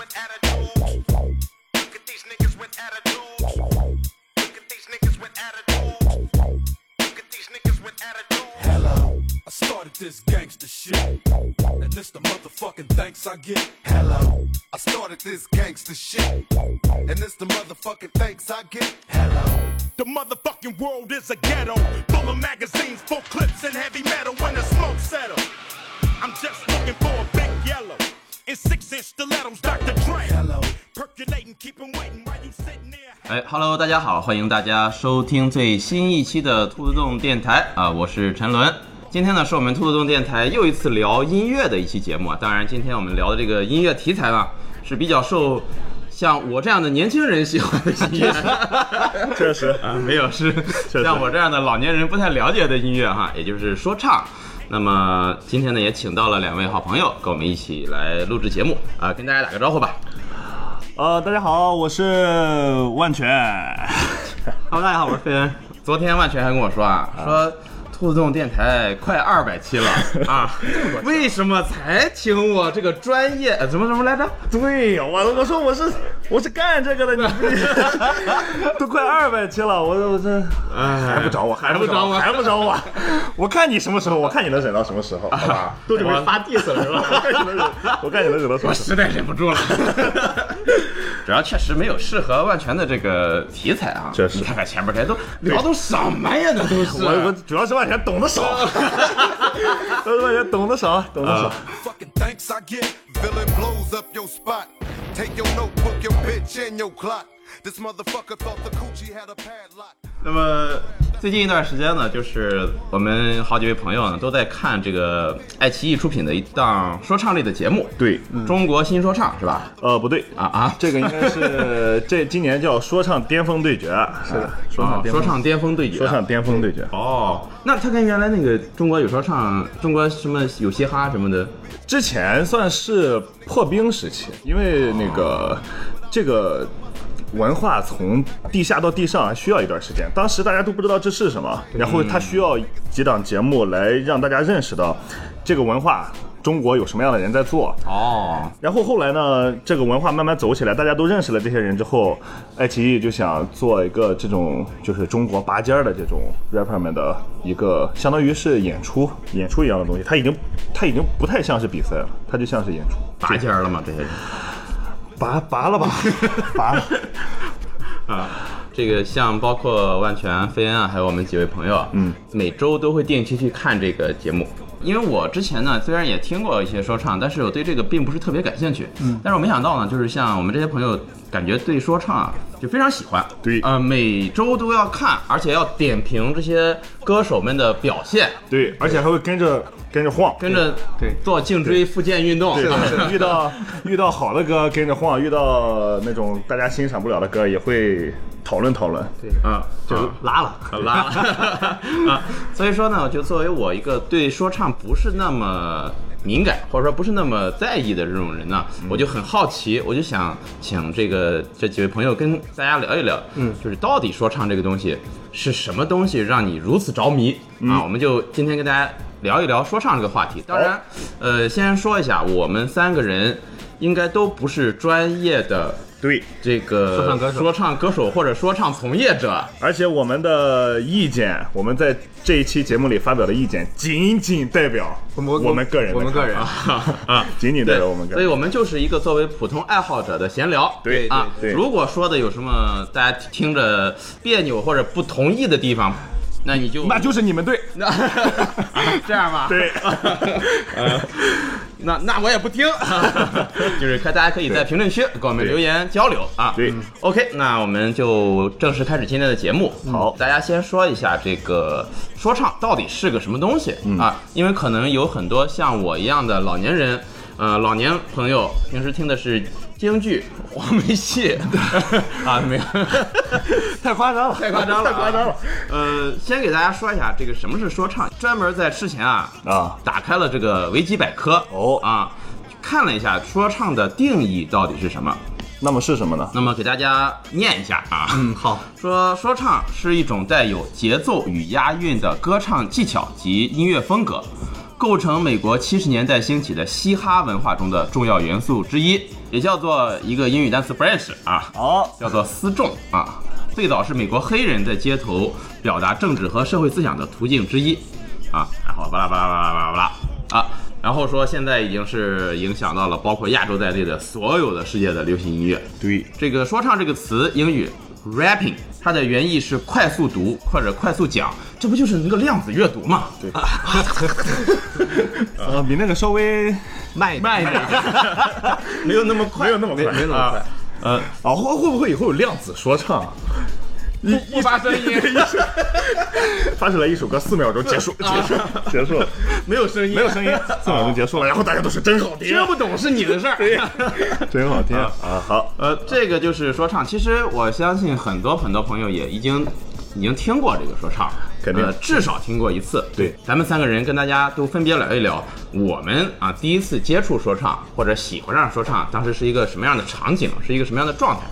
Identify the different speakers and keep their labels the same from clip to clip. Speaker 1: attitudes. Look at these niggas with attitudes. Look at these niggas with attitudes. Look at these niggas with attitudes.
Speaker 2: Hello, I started this gangster shit. And this the motherfucking thanks I get. Hello, I started this gangster shit. And this the motherfucking thanks I get. Hello.
Speaker 3: The motherfucking world is a ghetto. Full of magazines, full clips, and heavy metal when the smoke settle. I'm just looking for a big yellow. In six inch stilettos, Dr. Dre. Hello. Percolating, keep 'em waiting while you sitting there.
Speaker 4: 哎，Hello，大家好，欢迎大家收听最新一期的兔子洞电台啊、我是陈伦。今天呢，是我们兔子洞电台又一次聊音乐的一期节目啊。当然，今天我们聊的这个音乐题材呢，是比较受像我这样的年轻人喜欢的音乐。
Speaker 5: 确实
Speaker 4: 啊，没有是像我这样的老年人不太了解的音乐哈，也就是说唱。那么今天呢，也请到了两位好朋友，跟我们一起来录制节目啊、跟大家打个招呼吧。
Speaker 5: 呃，大家好，我是万全。
Speaker 4: 哈喽，大家好，我是飞恩。昨天万全还跟我说啊，说兔子洞电台快二百期 了啊，为什么才请我这个专业呃什么什么来着？
Speaker 5: 对，我我说我是我是干这个的，你不 都快二百期了，我我这还不找我，还不找我，还不找我， 我看你什么时候，我看你能忍到什么时候，好吧？
Speaker 4: 都准备发 diss 了是吧？
Speaker 5: 我看你能忍，我看你能忍到什么时
Speaker 4: 实在忍不住 了。主要确实没有适合万全的这个题材啊，
Speaker 5: 确实
Speaker 4: 你看看前面这都聊都什么呀？那都是
Speaker 5: 候。我我啊主要是万全懂得少， 主要是万全懂得少，啊懂得少。
Speaker 2: Fucking thanks I get. Villain blows up your spot. Take your notebook, your bitch, and your clock. This motherfucker thought the coochie had a padlock.
Speaker 4: 那么最近一段时间呢，就是我们好几位朋友呢都在看这个爱奇艺出品的一档说唱类的节目，
Speaker 5: 对，
Speaker 4: 中国新说唱》是吧？
Speaker 5: 呃，不对，
Speaker 4: 啊啊，
Speaker 5: 这个应该是这今年叫说唱巅峰对决，是的，说
Speaker 4: 啊
Speaker 5: 唱巅
Speaker 4: 说
Speaker 5: 峰，
Speaker 4: 唱巅峰对决，啊
Speaker 5: 说唱巅峰对决。
Speaker 4: 哦，那它跟原来那个中国有说唱、中国什么有嘻哈什么的，
Speaker 5: 之前算是破冰时期，因为那个这个文化从地下到地上还啊需要一段时间，当时大家都不知道这是什么，然后它需要几档节目来让大家认识到这个文化。中国有什么样的人在做？
Speaker 4: 哦，
Speaker 5: 然后后来呢，这个文化慢慢走起来，大家都认识了这些人之后，爱奇艺就想做一个这种就是中国拔尖儿的这种 rapper 们的一个，相当于是演出演出一样的东西。它已经它已经不太像是比赛了，它就像是演出，
Speaker 4: 拔尖儿了吗？这些人，
Speaker 5: 拔拔了吧，拔了。
Speaker 4: 这个像包括万全、飞恩啊，还有我们几位朋友，嗯，每周都会定期去看这个节目。因为我之前呢，虽然也听过一些说唱，但是我对这个并不是特别感兴趣。嗯，但是我没想到呢，就是像我们这些朋友，感觉对说唱啊就非常喜欢。
Speaker 5: 对
Speaker 4: 呃，每周都要看，而且要点评这些歌手们的表现，
Speaker 5: 对，而且还会跟着跟着晃，
Speaker 4: 跟着
Speaker 6: 对
Speaker 4: 做颈椎复健运动。
Speaker 5: 对遇到遇到好的歌跟着晃，遇到那种大家欣赏不了的歌也会讨论讨论。对，
Speaker 4: 啊，
Speaker 5: 就是
Speaker 6: 拉了。
Speaker 4: 拉 了啊。所以说呢，我就作为我一个对说唱不是那么敏感，或者说不是那么在意的这种人呢，我就很好奇，我就想请这个这几位朋友跟大家聊一聊，嗯，就是到底说唱这个东西是什么东西让你如此着迷、啊？我们就今天跟大家聊一聊说唱这个话题。当然，呃，先说一下，我们三个人应该都不是专业的。
Speaker 5: 对，
Speaker 4: 这个
Speaker 6: 说唱歌手
Speaker 4: 说唱歌手或者说唱从业者，
Speaker 5: 而且我们的意见，我们在这一期节目里发表的意见，仅仅代表我
Speaker 6: 我
Speaker 5: 们个人的
Speaker 6: 我们
Speaker 5: 看
Speaker 6: 个
Speaker 5: 法
Speaker 6: 人，
Speaker 4: 啊，
Speaker 5: 仅仅代
Speaker 4: 对
Speaker 5: 表我们个
Speaker 4: 所以
Speaker 5: 人。
Speaker 4: 我们就是一个作为普通爱好者的闲聊。
Speaker 5: 对
Speaker 4: 啊，
Speaker 5: 对对
Speaker 4: 如果说的有什么大家听着别扭或者不同意的地方，那你就
Speaker 5: 那就是你们对，
Speaker 4: 那 这样吧。
Speaker 5: 对
Speaker 4: 呃那那我也 不听，就是看大家可以在评论区给我们留言交流啊。
Speaker 5: 对
Speaker 4: 嗯，OK，那我们就正式开始今天的节目。
Speaker 5: 好
Speaker 4: 大家先说一下这个说唱到底是个什么东西、
Speaker 5: 嗯
Speaker 4: 啊？因为可能有很多像我一样的老年人，呃，老年朋友平时听的是京剧、黄梅 戏啊，没有。
Speaker 5: 太夸张了，
Speaker 4: 太夸张了，
Speaker 5: 太
Speaker 4: 啊
Speaker 5: 夸张了。。
Speaker 4: 呃，先给大家说一下这个什么是说唱，专门在之前啊
Speaker 5: 啊
Speaker 4: 打开了这个维基百科
Speaker 5: 哦
Speaker 4: 啊，看了一下说唱的定义到底是什么。
Speaker 5: 那么是什么呢？
Speaker 4: 那么给大家念一下啊，
Speaker 6: 嗯，好，
Speaker 4: 说说唱是一种带有节奏与押韵的歌唱技巧及音乐风格，构成美国七十年代兴起的嘻哈文化中的重要元素之一，也叫做一个英语单词 branch 啊，
Speaker 5: 哦，
Speaker 4: 叫做私众啊。最早是美国黑人在街头表达政治和社会思想的途径之一啊，然后巴拉巴拉巴拉巴拉巴拉啊，然后说现在已经是影响到了包括亚洲在内的所有的世界的流行音乐。
Speaker 5: 对，
Speaker 4: 这个说唱这个词英语 rapping，它的原意是快速读或者快速讲，这不就是那个量子阅读吗？ 对，
Speaker 5: 呃，比那个稍微
Speaker 6: 慢一点，
Speaker 4: 慢一点，没有那么快，
Speaker 5: 没有那么快
Speaker 6: 没那么快。
Speaker 4: 呃，
Speaker 5: 啊，会会不会以后有量子说唱？啊
Speaker 4: 不不发声 音，
Speaker 5: 发出来一首歌，四秒钟结束，结束，结束，
Speaker 4: 没有声音，
Speaker 5: 没有声音，四秒钟结束了，然后大家都是真好听
Speaker 4: 听，不懂是你的事儿。
Speaker 5: 真好听啊！好，
Speaker 4: 呃，这个就是说唱。其实我相信很多很多朋友也已经已经听过这个说唱，
Speaker 5: 肯定
Speaker 4: 呃、至少听过一次。
Speaker 5: 对
Speaker 4: 咱们三个人跟大家都分别聊一聊，我们啊第一次接触说唱或者喜欢上说唱，当时是一个什么样的场景，是一个什么样的状态。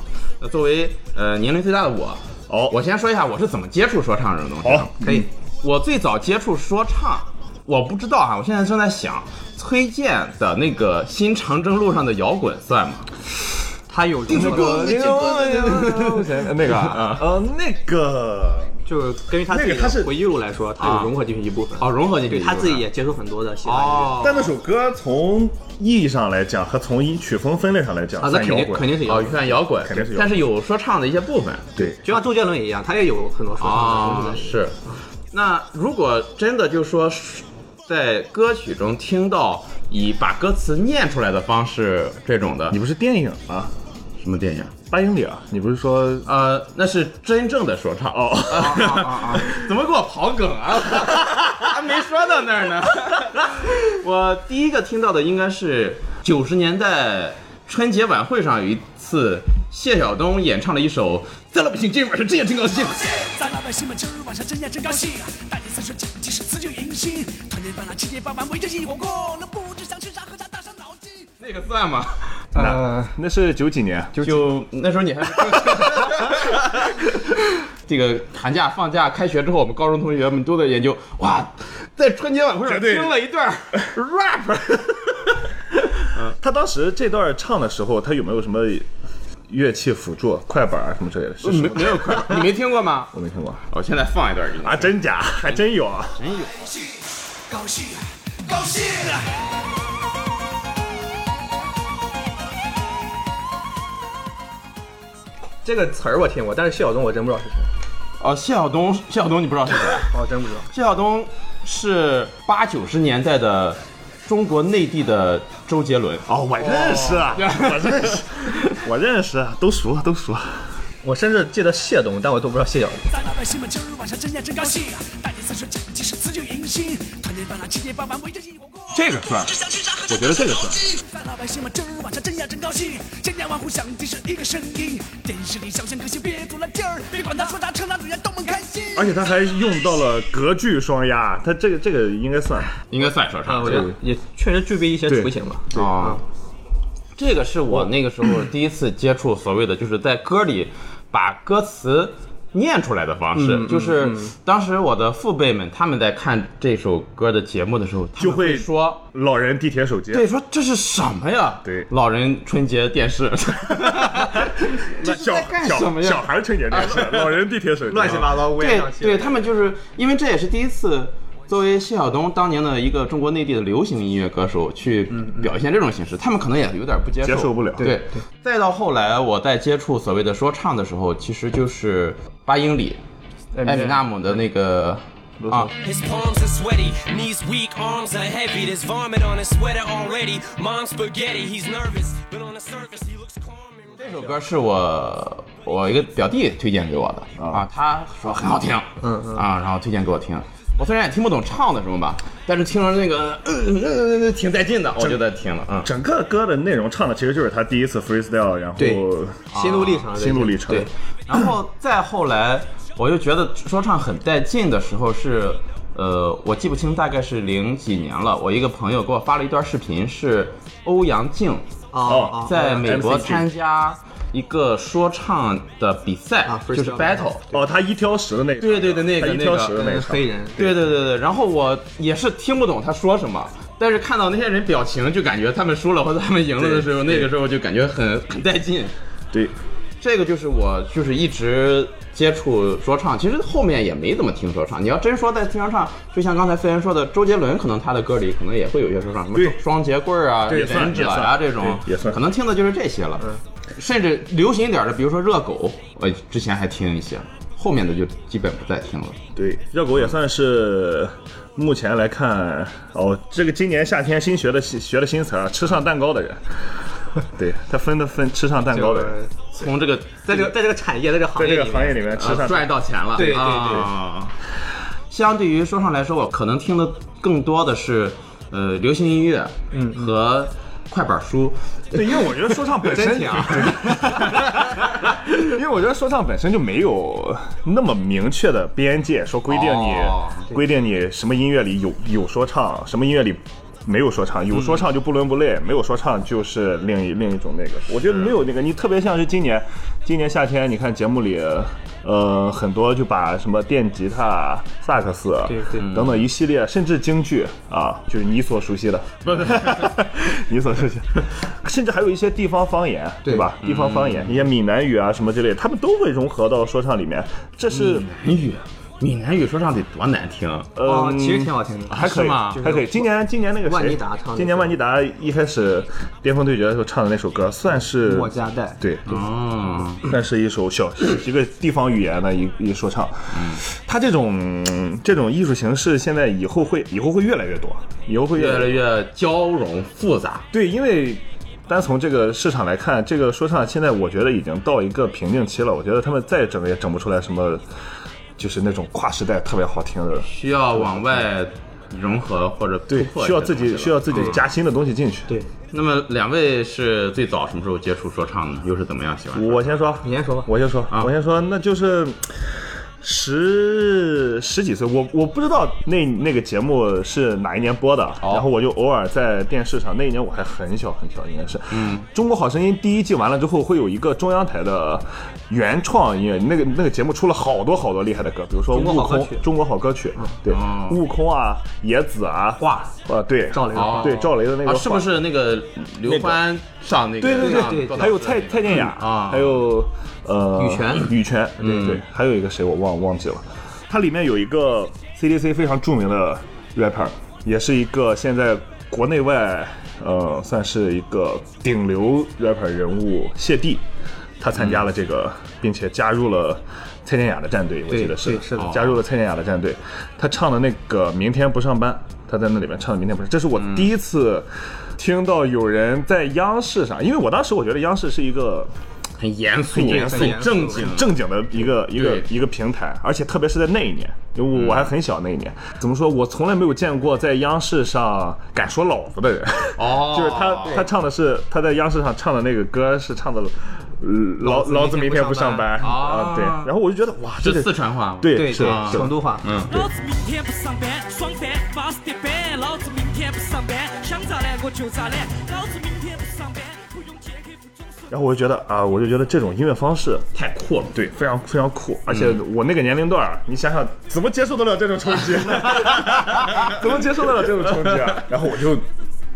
Speaker 4: 那作为呃年龄最大的我，
Speaker 5: 好
Speaker 4: 我先说一下我是怎么接触说唱这种东西的。
Speaker 5: 好
Speaker 4: 可以。我最早接触说唱，我不知道啊哈、我现在正在想，崔健的那个新长征路上的摇滚算吗？
Speaker 6: 他有融合，
Speaker 5: 那个啊，呃，那个
Speaker 6: 就根据他自己
Speaker 5: 那个他是
Speaker 6: 的回忆录来说，他有融合进去一部分。
Speaker 4: 哦，融合进去
Speaker 6: 对
Speaker 4: 一部分。
Speaker 6: 他自己也接触很多的嘻哈音乐。
Speaker 4: 哦
Speaker 5: 但那首歌从意义上来讲和从一曲风分类上来讲，
Speaker 6: 啊，那
Speaker 5: 算
Speaker 6: 肯
Speaker 5: 摇
Speaker 6: 定
Speaker 5: 滚
Speaker 6: 肯定是摇
Speaker 4: 哦，
Speaker 6: 滚，
Speaker 4: 算摇滚，
Speaker 5: 肯定是摇滚
Speaker 4: 但是有说唱的一些部分
Speaker 5: 对，
Speaker 6: 就像周杰伦也一样，他也有很多说唱的东西在里面。
Speaker 4: 是。那如果真的就说在歌曲中听到以把歌词念出来的方式这种的
Speaker 5: 你，不是电影啊，
Speaker 4: 什么电影？
Speaker 5: 八英里啊，你不是说
Speaker 4: 呃，那是真正的说唱哦。怎么给我刨梗啊？还没说到那儿呢。我第一个听到的应该是九十年代春节晚会上有一次，谢晓东演唱了一首《再老百姓今晚上真也真高兴》。
Speaker 7: 咱老百姓们今儿晚上真呀真高兴，大年三十请及时辞旧迎新，团年饭啦吃年饭碗围着一锅锅，那不知想吃啥喝啥打上脑筋。
Speaker 4: 那个算吗？
Speaker 5: 那那是九几年？
Speaker 4: 就那时候你还是 这个寒假放假开学之后，我们高中同学们都在研究，哇，在春节晚会上
Speaker 5: 绝对
Speaker 4: 听了一段 rap，
Speaker 5: 他当时这段唱的时候，他有没有什么乐器辅助、快板啊什么之类的？是什
Speaker 4: 没
Speaker 5: 么？
Speaker 4: 没有快，你没听过吗？
Speaker 5: 我没听过
Speaker 4: 我 现在放一段给你
Speaker 5: 啊，真假？还真有啊！
Speaker 7: 高兴，高兴，高兴！
Speaker 6: 这个词儿我听过，但是谢晓东我真不知道是谁，
Speaker 4: 哦，谢晓东，谢晓东你不知道是谁？啊
Speaker 6: 哦，真不知道。
Speaker 4: 谢晓东是八九十年代的中国内地的周杰伦。
Speaker 5: 哦，我认识啊，
Speaker 6: 哦
Speaker 5: 我认识，我认识啊，都熟都熟。
Speaker 6: 我甚至记得谢东，但我都不知道谢晓东。
Speaker 7: 咱老百姓们今儿晚上真呀真高兴，大年三十请及时辞旧迎新，团年饭啦吃年饭碗围着一锅锅。
Speaker 4: 这个算
Speaker 7: 只想吃啥喝啥
Speaker 4: 觉得这个
Speaker 7: 打上脑筋。咱老百姓们今儿晚上真呀真高兴，千家万户响的是一个声音，电视里小巷歌星憋足了劲儿，别管他说啥唱啥，只要都们开心。
Speaker 5: 而且他还用到了隔句双押，他这个这个应该算
Speaker 4: 应该算说唱。
Speaker 6: 啊我觉得也确实具备一些雏形吧。
Speaker 4: 啊，这个是我那个时候第一次接触所谓的，就是在歌里把歌词念出来的方式。
Speaker 5: 嗯
Speaker 4: 就是当时我的父辈们他们在看这首歌的节目的时候，他们
Speaker 5: 就会
Speaker 4: 会说。
Speaker 5: 老人地铁手机。
Speaker 4: 对，说这是什么呀？
Speaker 5: 对
Speaker 4: 老人春节 电视，
Speaker 5: 那小
Speaker 4: 什
Speaker 5: 小
Speaker 4: 么呀
Speaker 5: 小孩成年电视，老人地铁手机，
Speaker 6: 乱七八糟，乌烟瘴气。
Speaker 4: 对对，他们就是因为这也是第一次，作为谢晓东当年的一个中国内地的流行音乐歌手去表现这种形式，他们可能也有点不嗯接受，
Speaker 5: 接受不了
Speaker 4: 对，再到后来，我在接触所谓的说唱的时候，其实就是八英里艾米纳姆的那个啊，
Speaker 8: His palms are sweaty, knees weak, arms are heavy. There's vomit on his sweater already. Mom's spaghetti, he's nervous, but on the surface, he looks calm and
Speaker 4: 这首歌是我我一个表弟推荐给我的啊，他说很好听，嗯啊，然后推荐给我听。我虽然也听不懂唱的什么吧，但是听了那个，呃呃呃挺带劲的，我就在听了，嗯。
Speaker 5: 整个歌的内容唱的其实就是他第一次 freestyle，然
Speaker 6: 对
Speaker 5: 后
Speaker 6: 心路历程，
Speaker 5: 心路历程
Speaker 4: 对。，然后再后来，我就觉得说唱很带劲的时候是，呃，我记不清大概是零几年了，我一个朋友给我发了一段视频，是欧阳靖
Speaker 6: 哦
Speaker 5: 哦
Speaker 6: 哦，
Speaker 4: 在美国
Speaker 5: MCG
Speaker 4: 参加一个说唱的比赛，
Speaker 6: 啊
Speaker 4: 就是
Speaker 6: freestyle
Speaker 4: battle。
Speaker 5: 哦，他一挑十的那个，
Speaker 4: 对对对，那个
Speaker 5: 他一
Speaker 4: 那
Speaker 5: 挑
Speaker 4: 个
Speaker 5: 十的那
Speaker 6: 那
Speaker 5: 个
Speaker 6: 个黑人，
Speaker 4: 对对对对，然后我也是听不懂他说什么，但是看到那些人表情，就感觉他们输了或者他们赢了的时候，那个时候就感觉很很带劲。
Speaker 5: 对，
Speaker 4: 这个就是我就是一直接触说唱，其实后面也没怎么听说唱。你要真说在听说唱，就像刚才飞人说的，周杰伦可能他的歌里可能也会有一些说唱，什么
Speaker 5: 对
Speaker 4: 双节棍儿啊、
Speaker 5: 对也
Speaker 4: 忍
Speaker 5: 算
Speaker 4: 者
Speaker 5: 也
Speaker 4: 啊
Speaker 5: 算
Speaker 4: 这种，
Speaker 5: 对也算嗯
Speaker 4: 可能听的就是这些了。甚至流行一点的，比如说热狗，我之前还听一些，后面的就基本不再听了。
Speaker 5: 对，热狗也算是目前来看，哦，这个今年夏天新学的新学的新词啊，吃上蛋糕的人， 对他分的分吃上蛋糕的人，
Speaker 4: 从这个
Speaker 6: 在这个在这个产业在这个行
Speaker 5: 在
Speaker 6: 业
Speaker 5: 这
Speaker 6: 里
Speaker 5: 个
Speaker 6: 面
Speaker 5: 行业里面吃上
Speaker 4: 啊
Speaker 5: 蛋糕
Speaker 4: 赚到钱了，
Speaker 6: 对对对
Speaker 4: 啊相对于说唱来说，我可能听的更多的是呃流行音乐，嗯，和快板书。哎
Speaker 5: 对，因为我觉得说唱本 身
Speaker 6: 真假，
Speaker 5: 因为我觉得说唱本身就没有那么明确的边界，说规定你、
Speaker 4: 哦
Speaker 5: 规定你什么音乐里有有说唱，什么音乐里没有说
Speaker 6: 嗯
Speaker 5: 唱，有说唱就不伦不类，没有说唱就是另一另一种那个。我觉得没有那个，你特别像是今年今年夏天，你看节目里，呃，很多就把什么电吉他、萨克斯，
Speaker 6: 对对
Speaker 5: 等等一系列，甚至京剧啊，就是你所熟悉 的，不不，你所熟悉，甚至还有一些地方方言，对吧？地方方
Speaker 6: 嗯
Speaker 5: 言，一些闽南语啊什么之类的，他们都会融合到说唱里面。这是
Speaker 6: 嗯
Speaker 4: 闽南语，闽南语说唱得多难听，
Speaker 5: 呃
Speaker 6: 哦，，其实挺好听的，
Speaker 5: 还可以
Speaker 4: 是吗，
Speaker 5: 还可以。今年今年那个谁
Speaker 6: 万妮达唱的
Speaker 5: 今年万妮达一开始巅峰对决的时候唱的那首歌，算是
Speaker 6: 莫加代
Speaker 5: 对，
Speaker 4: 嗯，
Speaker 5: 算是一首小一个地方语言的一一说唱。他这种嗯这种艺术形式，现在以后会以后会越来越多，以后会越
Speaker 4: 越
Speaker 5: 来
Speaker 4: 来越交融复杂。
Speaker 5: 对，因为单从这个市场来看，这个说唱现在我觉得已经到一个瓶颈期了。我觉得他们再整也整不出来什么，就是那种跨时代特别好听的。
Speaker 4: 需要往外融合或者突
Speaker 5: 对，
Speaker 4: 破一些东西
Speaker 5: 需要自己
Speaker 4: 了，
Speaker 5: 需要自己加新的东西进去。
Speaker 6: 对，
Speaker 4: 那么两位是最早什么时候接触说唱呢？又是怎么样喜欢上的？
Speaker 5: 我先说，
Speaker 6: 你先说啊吧
Speaker 5: 我先说，我先说，那就是十十几岁，我我不知道那那个节目是哪一年播的，然后我就偶尔在电视上，那一年我还很小很小，应该是，嗯，《中国好声音》第一季完了之后，会有一个中央台的原创音乐，那个那个节目出了好多好多厉害的歌，比如说《
Speaker 6: 中国
Speaker 5: 悟
Speaker 6: 好歌
Speaker 5: 空》
Speaker 6: 曲嗯哦
Speaker 5: 《中国好歌曲》，对，悟空啊，野子啊，
Speaker 6: 画
Speaker 5: 呃，对，
Speaker 6: 赵雷的
Speaker 4: 哦
Speaker 5: 对赵雷的那个
Speaker 4: 啊
Speaker 5: 画，
Speaker 4: 是不是那个刘欢上那个？啊
Speaker 5: 对对对
Speaker 4: 上
Speaker 6: 对
Speaker 4: 多大
Speaker 5: 还有
Speaker 4: 岁
Speaker 5: 蔡蔡健雅
Speaker 4: 啊嗯
Speaker 5: 还有呃
Speaker 6: 羽泉
Speaker 5: 羽泉，对对，还有一个谁我忘忘记了，它里面有一个 CDC 非常著名的 rapper，也是一个现在国内外呃算是一个顶流 rapper 人物谢帝，他参加
Speaker 4: 嗯
Speaker 5: 了这个，并且加入了蔡健雅的哦战队，我记得是
Speaker 6: 对是的
Speaker 5: 加入了蔡健雅的战队，他唱的那个《明天不上班》，他在那里面唱的《明天不上》，这是我第一次听到有人在央视上，因为我当时我觉得央视是一个
Speaker 4: 很严肃、
Speaker 5: 很严肃嗯
Speaker 4: 很正经。
Speaker 5: 正经的一个一个
Speaker 4: 对
Speaker 5: 一个平台，而且特别是在那一年，因为我我还很小那一年，怎么说，我从来没有见过在央视上敢说老子的人，
Speaker 4: 哦
Speaker 5: 就是他他唱的是他在央视上唱的那个歌是唱的。呃老老子明天不上班
Speaker 4: 哦
Speaker 5: 啊，对，然后我就觉得哇，这
Speaker 4: 是
Speaker 5: 个
Speaker 4: 四川话吗
Speaker 5: 对
Speaker 6: 对
Speaker 5: 是啊
Speaker 6: 对，
Speaker 5: 是
Speaker 6: 成都话，
Speaker 9: 老子明天不上班，爽翻，巴适的板。老子明天不上班，想咋懒我就咋懒。老子明天不上班，不用见客户总是。
Speaker 5: 然后我就觉得啊，我就觉得这种音乐方式
Speaker 4: 太酷了。嗯
Speaker 5: 对，非常非常酷，而且我那个年龄段儿，你想想怎么接受得了这种冲击？ 怎么接受得了这种冲击啊？然后我就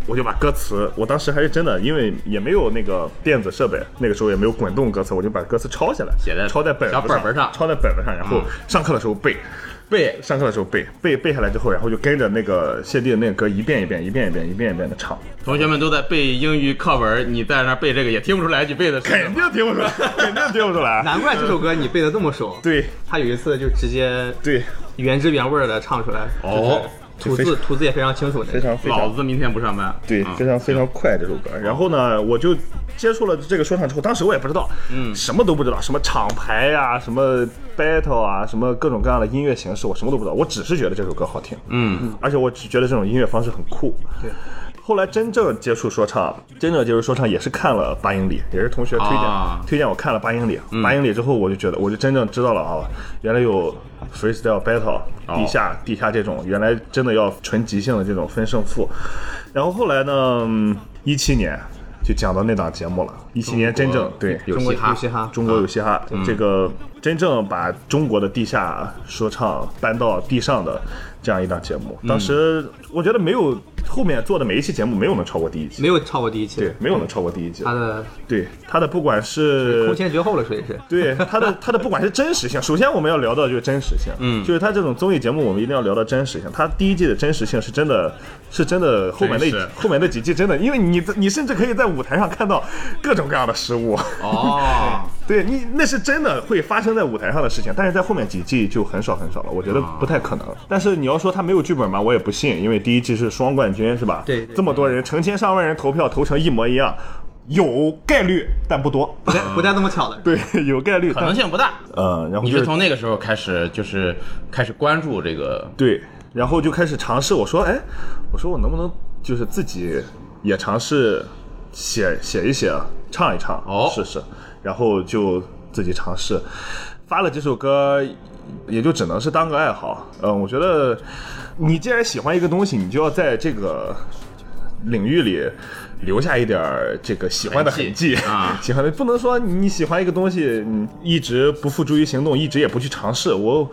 Speaker 5: 我就把歌词，我当时还是真的，因为也没有那个电子设备，那个时候也没有滚动歌词，我就把歌词抄下来，
Speaker 4: 写在
Speaker 5: 抄在本
Speaker 4: 小
Speaker 5: 子
Speaker 4: 本本上嗯
Speaker 5: 抄在本本上，然后上课的时候背。
Speaker 4: 背
Speaker 5: 上课的时候背背背下来之后，然后就跟着那个谢帝的那个歌一遍一遍一遍一遍一遍一遍的 唱，
Speaker 4: 同学们都在背英语课文，你在那儿背这个也听不出来，你背的是什
Speaker 5: 肯
Speaker 4: 么？
Speaker 5: 定听不出来，肯定听不出来。
Speaker 6: 难怪这首歌你背的这么熟。
Speaker 5: 对
Speaker 6: 他有一次就直接
Speaker 5: 对，
Speaker 6: 原汁原味的唱出来，
Speaker 4: 哦，
Speaker 6: 吐字吐字也非常清楚的。
Speaker 5: 非 常非常
Speaker 4: 老子明天不上班。
Speaker 5: 对，
Speaker 4: 嗯
Speaker 5: 非常非常快这首歌。然后呢，我就接触了这个说唱之后，当时我也不知道，嗯，什么都不知道，什么厂牌啊，什么 battle 啊，什么各种各样的音乐形式，我什么都不知道。我只是觉得这首歌好听，嗯，而且我只觉得这种音乐方式很酷。对。后来真正接触说唱，真正接触说唱也是看了《八英里》，也是同学推荐、
Speaker 4: 啊嗯
Speaker 5: 推荐我看了《八英里》。八英里之后，我就觉得，我就真正知道了啊，原来有 freestyle battle、地
Speaker 4: 哦
Speaker 5: 下地下这种，原来嗯真的要纯即兴的这种分胜负。然后后来呢，一七年就讲到那档节目了。一七年真正对
Speaker 4: 有
Speaker 6: 中国
Speaker 4: 嘻哈
Speaker 6: 有嘻哈，
Speaker 5: 中国有嘻哈、这个真正把中国的地下说唱搬到地上的这样一档节目，当时我觉得没有后面做的每一期节目没有能超过第一期，
Speaker 6: 没有超过第一期，
Speaker 5: 对，没有能超过第一季。
Speaker 6: 他的
Speaker 5: 对他的不管是
Speaker 6: 空前绝后了，属于是。
Speaker 5: 对他的他的不管是真实性，首先我们要聊到就是真实性，嗯，就是他这种综艺节目，我们一定要聊到真实性。他第一季的真实性是真的，是真的，后面那
Speaker 4: 真实
Speaker 5: 后面那几季真的，因为你你甚至可以在舞台上看到各种各样的失误，
Speaker 4: 哦，
Speaker 5: 对你那是真的会发生在舞台上的事情，但是在后面几季就很少很少了，我觉得不太可能。
Speaker 4: 哦
Speaker 5: 但是你要说他没有剧本嘛，我也不信，因为第一季是双冠军是吧？
Speaker 6: 对对
Speaker 5: 这么多人，成千上万人投票投成一模一样，有概率但不多。
Speaker 6: 不带不哎带那么巧的，
Speaker 5: 对，有概率，
Speaker 4: 可能性不大。
Speaker 5: 呃，然后
Speaker 4: 你
Speaker 5: 就是
Speaker 4: 从那个时候开始，就是开始关注这个，
Speaker 5: 对，然后就开始尝试。我说，哎，我说我能不能就是自己也尝试写写一写，啊唱一唱，
Speaker 4: 哦
Speaker 5: 试试。然后就自己尝试，发了几首歌，也就只能是当个爱好。嗯，我觉得你既然喜欢一个东西，你就要在这个领域里留下一点儿这个喜欢的痕迹
Speaker 4: 痕迹 啊
Speaker 5: 喜欢的不能说你喜欢一个东西，你一直不付诸于行动，一直也不去尝试。我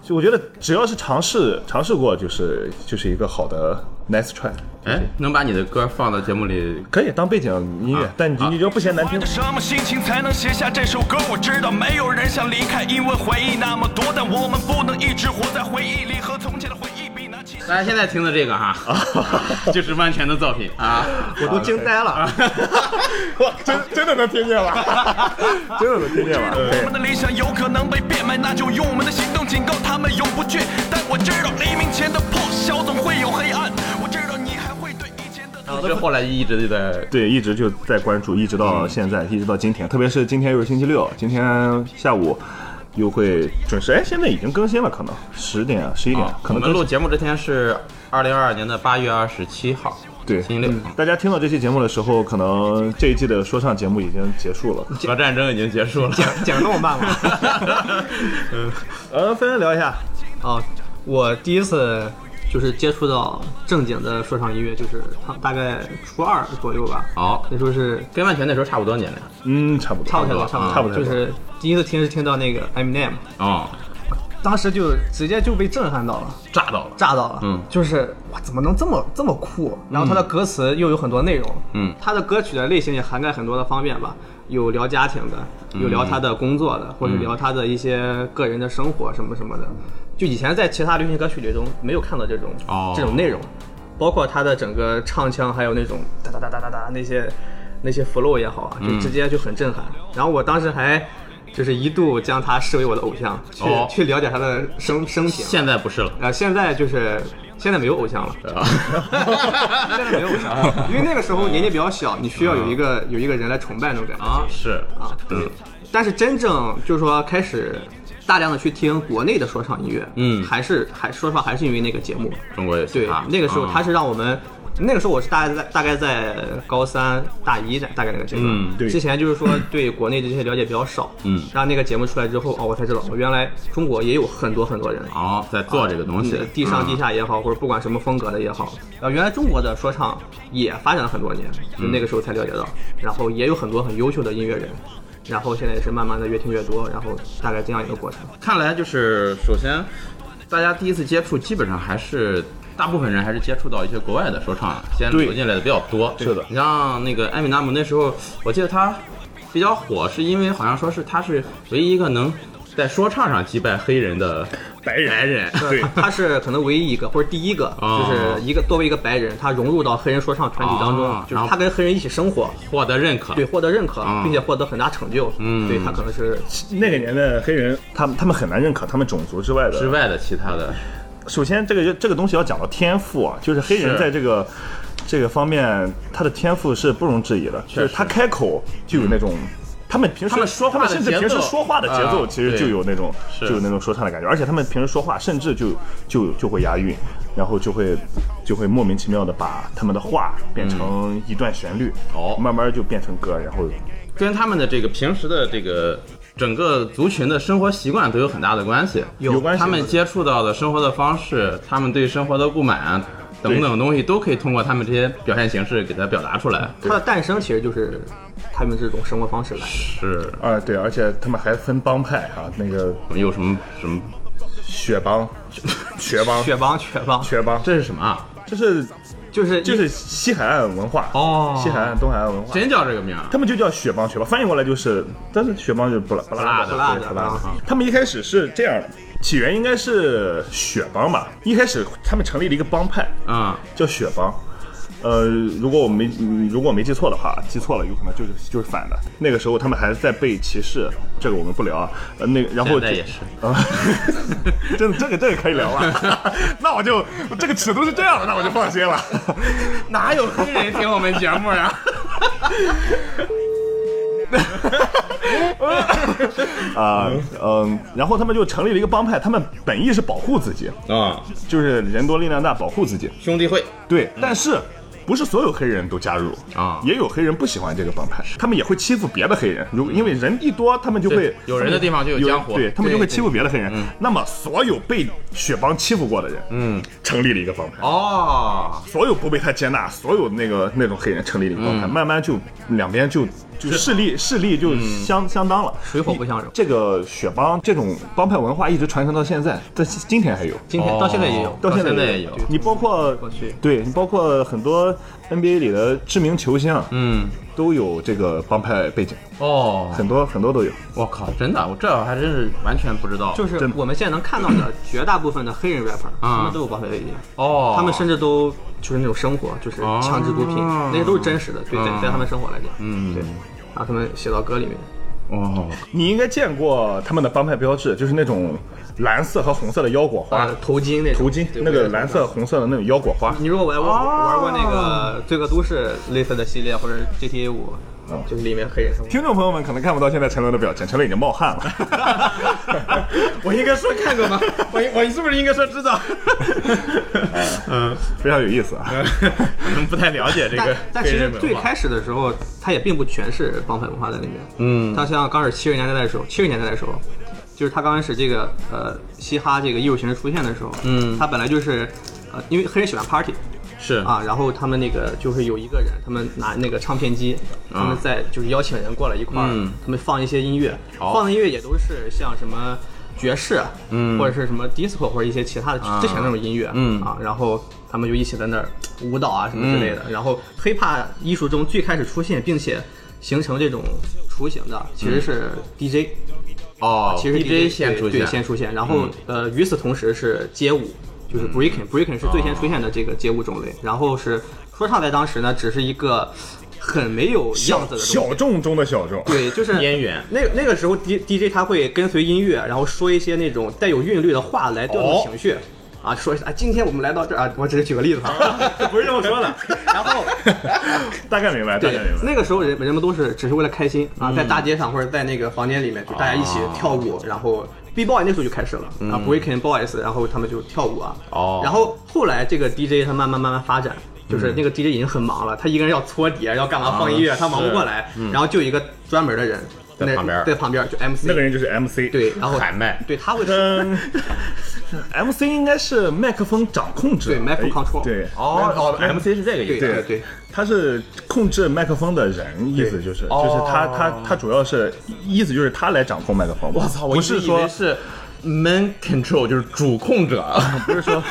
Speaker 5: 就我觉得只要是尝试尝试过，就是就是一个好的 nice try，
Speaker 4: 哎，能把你的歌放到节目里，
Speaker 5: 可以当背景音
Speaker 4: 啊
Speaker 5: 乐，但你你只要不嫌难听
Speaker 10: 的。什么心情才能写下这首歌？我知道没有人想离开，因为回忆那么多，但我们不能一直活在回忆里，和从前的回忆比，拿起。
Speaker 4: 大家现在听的这个哈， 就是万全的作品啊。
Speaker 6: 我都惊呆了。
Speaker 5: 真真的能听见吗？ 真的能听见吗？
Speaker 10: 我们的理想有可能被变卖，那就用我们的行动警告他们永不惧。但我知道黎明前的破晓总会有黑暗，我知道你还会对以前的。
Speaker 4: 这后来一直就在
Speaker 5: 对，一直就在关注，一直
Speaker 4: 嗯
Speaker 5: 到现在，一直到今天。特别是今天又是星期六，今天下午又会准时。哎，现在已经更新了，可能十点、啊十一点，可
Speaker 4: 啊我
Speaker 5: 能
Speaker 4: 们
Speaker 5: 更
Speaker 4: 录
Speaker 5: 新。
Speaker 4: 节目这天是二零二二年的八月二十七号，
Speaker 5: 对嗯
Speaker 4: 星期六。
Speaker 5: 大家听到这期节目的时候，可能这一季的说唱节目已经结束了。
Speaker 4: 核战争已经结束了，
Speaker 6: 讲那么慢吗？
Speaker 5: 呃，分人聊一下，
Speaker 6: 啊，我第一次就是接触到正经的说唱音乐，就是他大概初二左右吧。
Speaker 5: 哦
Speaker 4: 好，
Speaker 6: 那时候是
Speaker 4: 跟万全那时候差不多年龄
Speaker 5: 嗯，差不多，
Speaker 6: 差不太多，
Speaker 4: 差
Speaker 6: 差
Speaker 4: 不
Speaker 6: 不
Speaker 4: 多
Speaker 5: 差不多
Speaker 6: 多，就是第一次听是听到那个 Eminem，
Speaker 4: 哦，
Speaker 6: 当时就直接就被震撼到了，
Speaker 4: 炸到了。
Speaker 6: 炸到了。
Speaker 4: 嗯
Speaker 6: 就是哇，怎么能这么这么酷？然后他的歌词又有很多内容。
Speaker 4: 嗯
Speaker 6: 他的歌曲的类型也涵盖很多的方面吧，有聊家庭
Speaker 4: 嗯
Speaker 6: 的，有聊他的工作的，或者聊他的一些个人的生活什么什么的。就以前在其他流行歌曲里中没有看到这种、
Speaker 4: 哦
Speaker 6: 这种内容，包括他的整个唱腔，还有那种哒哒哒哒哒哒那些那些 flow 也好啊，
Speaker 4: 嗯
Speaker 6: 就直接就很震撼。然后我当时还。就是一度将他视为我的偶像，去、
Speaker 4: 哦
Speaker 6: 去了解他的生生平。
Speaker 4: 现在不是了，
Speaker 6: 啊，现在就是现在没有偶像了，
Speaker 4: 啊
Speaker 6: 现在没有偶像 了，因为那个时候年纪比较小，你需要有一个有一个人来崇拜那种感觉
Speaker 4: 啊，是
Speaker 6: 啊。嗯，但是真正就是说开始大量的去听国内的说唱音乐，
Speaker 4: 嗯
Speaker 6: 还是还说实话还是因为那个节目，
Speaker 4: 中国有
Speaker 6: 对
Speaker 4: 嘻哈，，
Speaker 6: 那个时候他
Speaker 4: 嗯
Speaker 6: 是让我们。那个时候我是大概在大概在高三大一的大概那个阶段，
Speaker 4: 嗯
Speaker 5: 对
Speaker 6: 之前就是说对国内这些了解比较少，
Speaker 4: 嗯
Speaker 6: 让那个节目出来之后，哦，我才知道，哦原来中国也有很多很多人，
Speaker 4: 哦，在做这个东西
Speaker 6: 嗯，地上地下也好，或者不管什么风格的也好，呃，原来中国的说唱也发展了很多年，就
Speaker 4: 嗯
Speaker 6: 那个时候才了解到，然后也有很多很优秀的音乐人，然后现在也是慢慢的越听越多，然后大概这样一个过程。
Speaker 4: 看来就是首先，大家第一次接触，基本上还是大部分人还是接触到一些国外的说唱，先
Speaker 5: 对
Speaker 4: 流进来的比较多。
Speaker 5: 是的
Speaker 4: 你像那个艾米纳姆那时候，我记得他比较火，是因为好像说是他是唯一一个能在说唱上击败黑人的白人，白人
Speaker 5: 对
Speaker 6: 他是可能唯一一个或者第一个，
Speaker 4: 哦
Speaker 6: 就是一个作为一个白人，他融入到黑人说唱团体当中
Speaker 4: 哦，
Speaker 6: 就
Speaker 4: 然后
Speaker 6: 是他跟黑人一起生活，
Speaker 4: 获得认可。
Speaker 6: 对，获得认可
Speaker 4: 嗯，
Speaker 6: 并且获得很大成就，
Speaker 4: 嗯
Speaker 6: 对他可能是
Speaker 5: 那个年代的黑人，他们他们很难认可他们种族之外的
Speaker 4: 之外的其他的，
Speaker 5: 首先这个这个东西要讲到天赋啊，就是黑人
Speaker 4: 是
Speaker 5: 在这个这个方面，他的天赋是不容置疑的，
Speaker 4: 确实嗯
Speaker 5: 就是他开口就有那种。他们平时
Speaker 4: 他们说话的
Speaker 5: 他们甚至
Speaker 4: 节奏
Speaker 5: 平时说话的节奏，
Speaker 4: 啊
Speaker 5: 其实
Speaker 4: 对
Speaker 5: 就有那种
Speaker 4: 是
Speaker 5: 就有那种说唱的感觉，而且他们平时说话甚至就就就会押韵，然后就会就会莫名其妙的把他们的话变成一段旋律，
Speaker 4: 哦
Speaker 5: 慢慢就变成歌，然后
Speaker 4: 跟他们的这个平时的这个整个族群的生活习惯都有很大的关系。
Speaker 5: 有关系
Speaker 4: 他们接触到的生活的方式，他们对生活的不满。等等东西，都可以通过他们这些表现形式给它表达出来。
Speaker 6: 它的诞生其实就是他们这种生活方式来的。
Speaker 4: 是
Speaker 5: 啊，对，而且他们还分帮派啊，那个
Speaker 4: 我们有什么什么？
Speaker 5: 血帮、瘸帮、
Speaker 6: 血帮，血帮，
Speaker 5: 瘸帮，
Speaker 4: 这是什么啊？
Speaker 5: 这是
Speaker 6: 就是
Speaker 5: 就是西海岸文化
Speaker 6: 哦
Speaker 5: 西海岸、东海岸文化，
Speaker 4: 真叫这个名儿？
Speaker 5: 他们就叫雪帮，雪帮翻译过来就是，但是雪帮就是不拉不拉
Speaker 4: 不
Speaker 6: 拉的
Speaker 5: 对
Speaker 6: 不
Speaker 5: 不
Speaker 6: 拉
Speaker 5: 拉
Speaker 6: 的
Speaker 5: 的。
Speaker 4: 啊
Speaker 5: 他们一开始是这样的，起源应该是雪帮吧？一开始他们成立了一个帮派，
Speaker 4: 啊、
Speaker 5: 叫雪帮。呃，如果我没嗯如果我没记错的话，记错了有可能就是就是反的。那个时候他们还在被歧视，这个我们不聊啊。呃，那个然后
Speaker 4: 现在也是
Speaker 5: 啊， 真的这个这个可以聊啊。 那我就这个尺度是这样的，那我就放心了。
Speaker 4: 哪有黑人听我们节目呀、
Speaker 5: 啊，嗯，然后他们就成立了一个帮派，他们本意是保护自己，
Speaker 4: 啊？
Speaker 5: 就是人多力量大，保护自己。
Speaker 4: 兄弟会
Speaker 5: 对，但是不是所有黑人都加入
Speaker 4: 嗯啊
Speaker 5: 也有黑人不喜欢这个帮派，他们也会欺负别的黑人。如果因为人一多，他们就会
Speaker 4: 嗯对有人的地方就有江湖
Speaker 5: 对他们就会
Speaker 4: 对嗯
Speaker 5: 欺负别的黑人。那么所有被雪帮欺负过的人，嗯，成立了一个帮派。
Speaker 4: 哦，
Speaker 5: 所有不被他接纳，所有那个那种黑人成立了一个
Speaker 6: 嗯
Speaker 5: 帮派，慢慢就两边就就势力势力就相、相当了，
Speaker 6: 嗯水火不相容
Speaker 5: 这个雪帮这种帮派文化一直传承到现在，在今天还有。
Speaker 6: 今天到现在也有
Speaker 4: 哦，
Speaker 5: 到现在
Speaker 4: 到现在也有
Speaker 5: 你包括
Speaker 6: 过去
Speaker 5: 对你包括很多 NBA 里的知名球星，嗯，都有这个帮派背景，
Speaker 4: 哦，
Speaker 5: 很多很多都有。
Speaker 4: 我靠，真的，我这还真是完全不知道。
Speaker 6: 就是
Speaker 5: 真的啊
Speaker 6: 我们现在能看到 的绝大部分的黑人 rapper，、他们都有帮派背景，
Speaker 4: 哦，
Speaker 6: 他们甚至都就是那种生活，就是强制毒品，
Speaker 4: 哦
Speaker 6: 那些都是真实的，对，在
Speaker 4: 嗯
Speaker 6: 在他们生活来讲，嗯，对，然后他们写到歌里面，
Speaker 4: 哦，
Speaker 5: 你应该见过他们的帮派标志，就是那种蓝色和红色的腰果花
Speaker 6: 啊，头巾那种
Speaker 5: 头巾，
Speaker 6: 对
Speaker 5: 那
Speaker 6: 我
Speaker 5: 个
Speaker 6: 也
Speaker 5: 蓝
Speaker 6: 看到
Speaker 5: 色、哦红色的那种腰果花。
Speaker 6: 你如果玩过、玩过那个《罪恶都市》类似的系列或者 GTA 五、
Speaker 5: 嗯
Speaker 6: 就是里面黑人生活。
Speaker 5: 听众朋友们可能看不到现在陈伦的表情，陈伦已经冒汗 了。
Speaker 4: 我应该说看过吗？我我是不是应该说知 道？嗯，
Speaker 5: 非常有意思啊。
Speaker 4: 可 能不太了解这
Speaker 6: 但
Speaker 4: 个
Speaker 6: 但
Speaker 4: 黑
Speaker 6: 其实
Speaker 4: 人文化
Speaker 6: 最开始的时候，它也并不全是帮派文化在里面。嗯，它像刚开始七十年代的时候，七十年代的时候，就是它刚开始这个呃嘻哈这个艺术形式出现的时候，嗯，它本来就是呃因为黑人喜欢 party
Speaker 4: 是
Speaker 6: 啊，然后他们那个就是有一个人，他们拿那个唱片机，他们在就是邀请人过来一块儿，
Speaker 4: 嗯
Speaker 6: 他们放一些音乐，
Speaker 4: 哦
Speaker 6: 放的音乐也都是像什么。爵士，嗯，或者是什么 disco 或者一些其他的之前那种音乐，
Speaker 4: 啊嗯
Speaker 6: 啊，然后他们就一起在那儿舞蹈啊什么之类的。
Speaker 4: 嗯
Speaker 6: 然后 hiphop 艺术中最开始出现并且形成这种雏形的，其
Speaker 4: 嗯
Speaker 6: 实是 DJ，、
Speaker 4: 哦，
Speaker 6: 啊其实
Speaker 4: DJ
Speaker 6: DJ
Speaker 4: 先出
Speaker 6: 对
Speaker 4: 现，
Speaker 6: 对先出现。然后、呃，与此同时是街舞，就是 breaking，breaking、是最先出现的这个街舞种类。然后是说唱在当时呢，只是一个很没有样子的东西
Speaker 5: 小众中的小众，
Speaker 6: 对，就是
Speaker 4: 边缘
Speaker 6: 那那个时候，D D J 他会跟随音乐，然后说一些那种带有韵律的话来调动情绪。啊，说一下啊，今天我们来到这儿啊，我只是举个例子啊，不是这么说 的。然后，
Speaker 5: 大概明白，大概
Speaker 6: 对
Speaker 5: 明，白。嗯
Speaker 6: 那个时候人人们都是只是为了开心啊，在大街上或者在那个房间里面，就大家一起跳
Speaker 5: 哦
Speaker 6: 舞，然后 B boy 那时候就开始了
Speaker 5: 嗯
Speaker 6: 啊，breaking boys，然后他们就跳舞啊。
Speaker 4: 哦
Speaker 6: 然后后来这个 DJ 他慢慢慢慢发展，
Speaker 5: 嗯
Speaker 6: 就是那个 DJ 已经很忙了，他一个人要搓碟，要干嘛放音乐，他忙不过来，
Speaker 5: 嗯
Speaker 6: 然后就有一个专门的人
Speaker 4: 在旁边
Speaker 6: 在旁边就 MC
Speaker 5: 那个人就是 MC，
Speaker 6: 对，然后
Speaker 4: 喊麦
Speaker 6: 对他会
Speaker 5: 嗯，MC 应该是麦克风掌控者，
Speaker 6: 对麦克风
Speaker 5: 哎
Speaker 6: control
Speaker 5: 对，
Speaker 4: 哦哦，MC 是这个意思。
Speaker 6: 对对
Speaker 5: 对
Speaker 6: 啊对，
Speaker 5: 他是控制麦克风的人，意思就是就是他他他主要是意思就是他来掌控麦克风。
Speaker 4: 我操，我
Speaker 5: 不
Speaker 4: 一直
Speaker 5: 是
Speaker 4: 以为
Speaker 5: 说
Speaker 4: 是 man control，就是主控者。
Speaker 5: 不是说，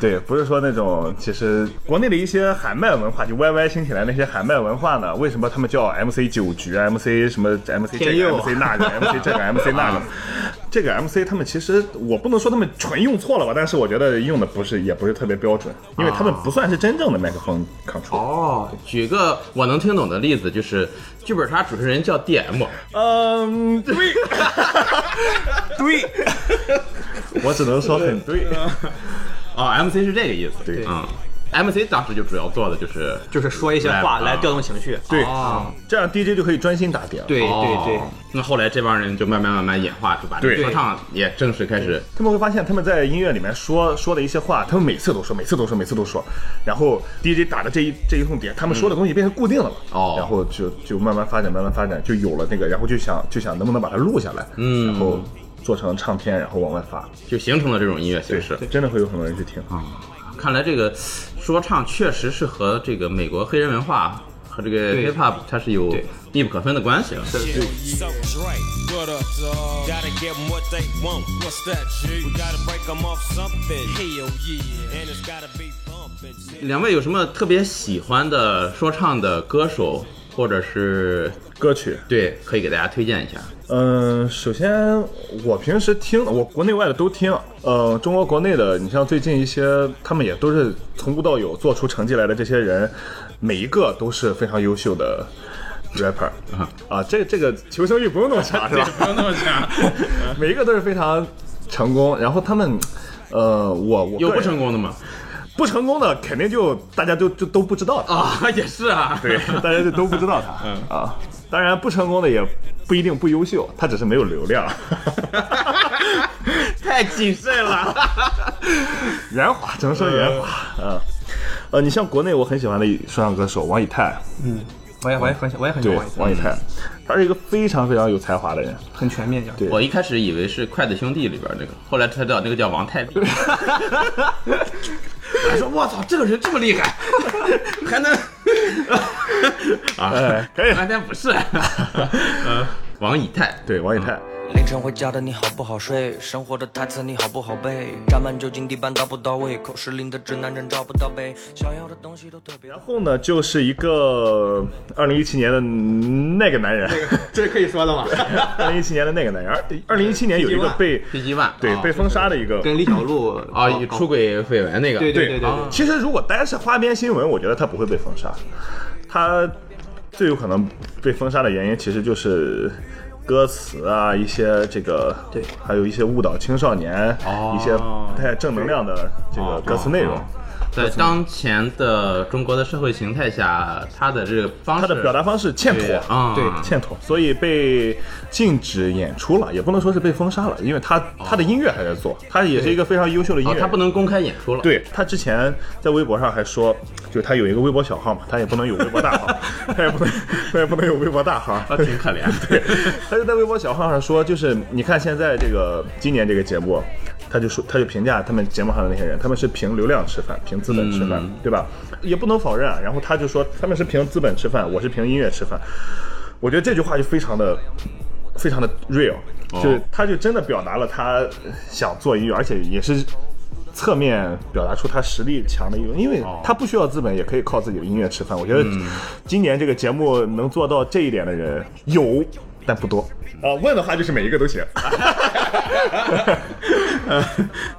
Speaker 5: 对，不是说那种，其实国内的一些喊麦文化，就 YY 兴起来那些喊麦文化呢，为什么他们叫 MC 九局、MC 什么 MC 这
Speaker 6: 天佑
Speaker 5: 个 MC 那个 MC 这个 MC 那个，这个 MC 他们其实我不能说他们纯用错了吧，但是我觉得用的不是也不是特别标准，因为他们不算是真正的麦克风 control。
Speaker 4: 哦，举个我能听懂的例子，就是剧本杀主持人叫 DM，
Speaker 5: 嗯，对， 对，我只能说很 对，
Speaker 4: 哦，MC 是这个意思。
Speaker 5: 对
Speaker 4: 嗯，MC 当时就主要做的就是
Speaker 6: 就是说一些话
Speaker 4: rap，
Speaker 6: 来
Speaker 4: 啊
Speaker 6: 调动情绪。
Speaker 5: 对
Speaker 6: 啊
Speaker 4: 哦，
Speaker 5: 这样 DJ 就可以专心打碟了。
Speaker 6: 对对对
Speaker 4: 哦。那后来这帮人就慢慢慢慢演化，就把这
Speaker 5: 对
Speaker 4: 说唱也正式开始。
Speaker 5: 他们会发现他们在音乐里面说说的一些话，他们每次都说，每次都说，每次都说，然后 DJ 打的这一这一通碟，他们说的东西变成固定了嘛，
Speaker 4: 哦
Speaker 5: 然后就就慢慢发展，慢慢发展，就有了那个，然后就想就想能不能把它录下来，嗯，然后做成唱片，然后往外发，
Speaker 4: 就形成了这种音乐形式。
Speaker 5: 真的会有很多人去听。
Speaker 4: 看来这个说唱确实是和这个美国黑人文化和这个
Speaker 6: 对
Speaker 4: hip hop 它是有密不可分的关系了。
Speaker 8: So Dre, what up, dog? Gotta give 'em what they want. What's that, G? We gotta break 'em off something. Hell yeah. And it's gotta be bumpin'.
Speaker 4: 两位有什么特别喜欢的说唱的歌手，或者是
Speaker 5: 歌曲。
Speaker 4: 对，可以给大家推荐一下？
Speaker 5: 嗯、首先我平时听，我国内外的都听。呃，中国国内的，你像最近一些，他们也都是从无到有做出成绩来的这些人，每一个都是非常优秀的 rapper 啊啊，这这个求生欲不用那么强，是吧？
Speaker 4: 不用那么想，
Speaker 5: 每一个都是非常成功。然后他们，呃，我我
Speaker 4: 有
Speaker 5: 个
Speaker 4: 不
Speaker 5: 人
Speaker 4: 成功的吗？
Speaker 5: 不成功的，肯定就大家就就都不知道他，
Speaker 4: 啊， 也是啊，
Speaker 5: 对， 大家就都不知道他，啊。当然，不成功的也不一定不优秀，他只是没有流 量。
Speaker 4: 太谨慎了。
Speaker 5: 圆滑，只能说圆滑。嗯，呃，你像国内我很喜欢的说唱歌手王以太，
Speaker 6: 我也我也很想我也很喜
Speaker 5: 对
Speaker 6: 欢，
Speaker 5: 王以太，嗯他是一个非常非常有才华的人。
Speaker 6: 很全面一样。
Speaker 5: 对
Speaker 4: 我一开始以为是《筷子兄弟》里边那个，后来才知道那个叫王太利。 还说我操，这个人这么厉害， 还能啊
Speaker 5: 哎？ 可以
Speaker 4: 完全 不是，呃，王以太。
Speaker 5: 对，王以太，
Speaker 11: 凌晨回家的你好不好睡？生活的台词你好不好背？沾满酒精地板到不到位？口是零的直男人找不到北，想要的东西都特别。
Speaker 5: 然后呢，就是一个二零一七年的那个男人，
Speaker 6: 这可以说的吗？
Speaker 5: 二零一七年的那个男人， 二二零一七年有一个被
Speaker 4: PG One
Speaker 5: 啊对被封杀的一个。
Speaker 6: 跟李小璐
Speaker 4: 啊，
Speaker 6: 搞
Speaker 4: 以哦出轨绯闻那个，
Speaker 6: 对对对对
Speaker 4: 啊
Speaker 6: 对，
Speaker 5: 其实如果单是花边新闻，我觉得他不会被封杀。他最有可能被封杀的原因，其实就是歌词啊，一些这个
Speaker 6: 对，
Speaker 5: 还有一些误导青少年，
Speaker 4: 哦
Speaker 5: 一些不太正能量的这个歌词内容。
Speaker 4: 在当前的中国的社会形态下，他的这个方式，
Speaker 5: 他的表达方式欠
Speaker 4: 对
Speaker 5: 妥
Speaker 4: 啊对
Speaker 5: 欠妥，所以被禁止演出了，也不能说是被封杀了，因为他他的音乐还在做，他也是一个非常优秀的音
Speaker 4: 哦
Speaker 5: 乐，人。
Speaker 4: 他不能公开演出了，，
Speaker 5: 对他之前在微博上还说，就是他有一个微博小号嘛，他也不能有微博大号， 他也不能他也不能有微博大号。
Speaker 4: 啊，挺可怜，
Speaker 5: 对，他就在微博小号上说，就是你看现在这个今年这个节目，他就说他就评价他们节目上的那些人，他们是凭流量吃饭，凭资本吃饭，对吧？也不能否认啊。然后他就说他们是凭资本吃饭，我是凭音乐吃饭。我觉得这句话就非常的非常的 real，就是他就真的表达了他想做音乐，而且也是。侧面表达出他实力强的一种，因为他不需要资本，也可以靠自己的音乐吃饭。我觉得今年这个节目能做到这一点的人有，但不多。啊、问的话就是每一个都行。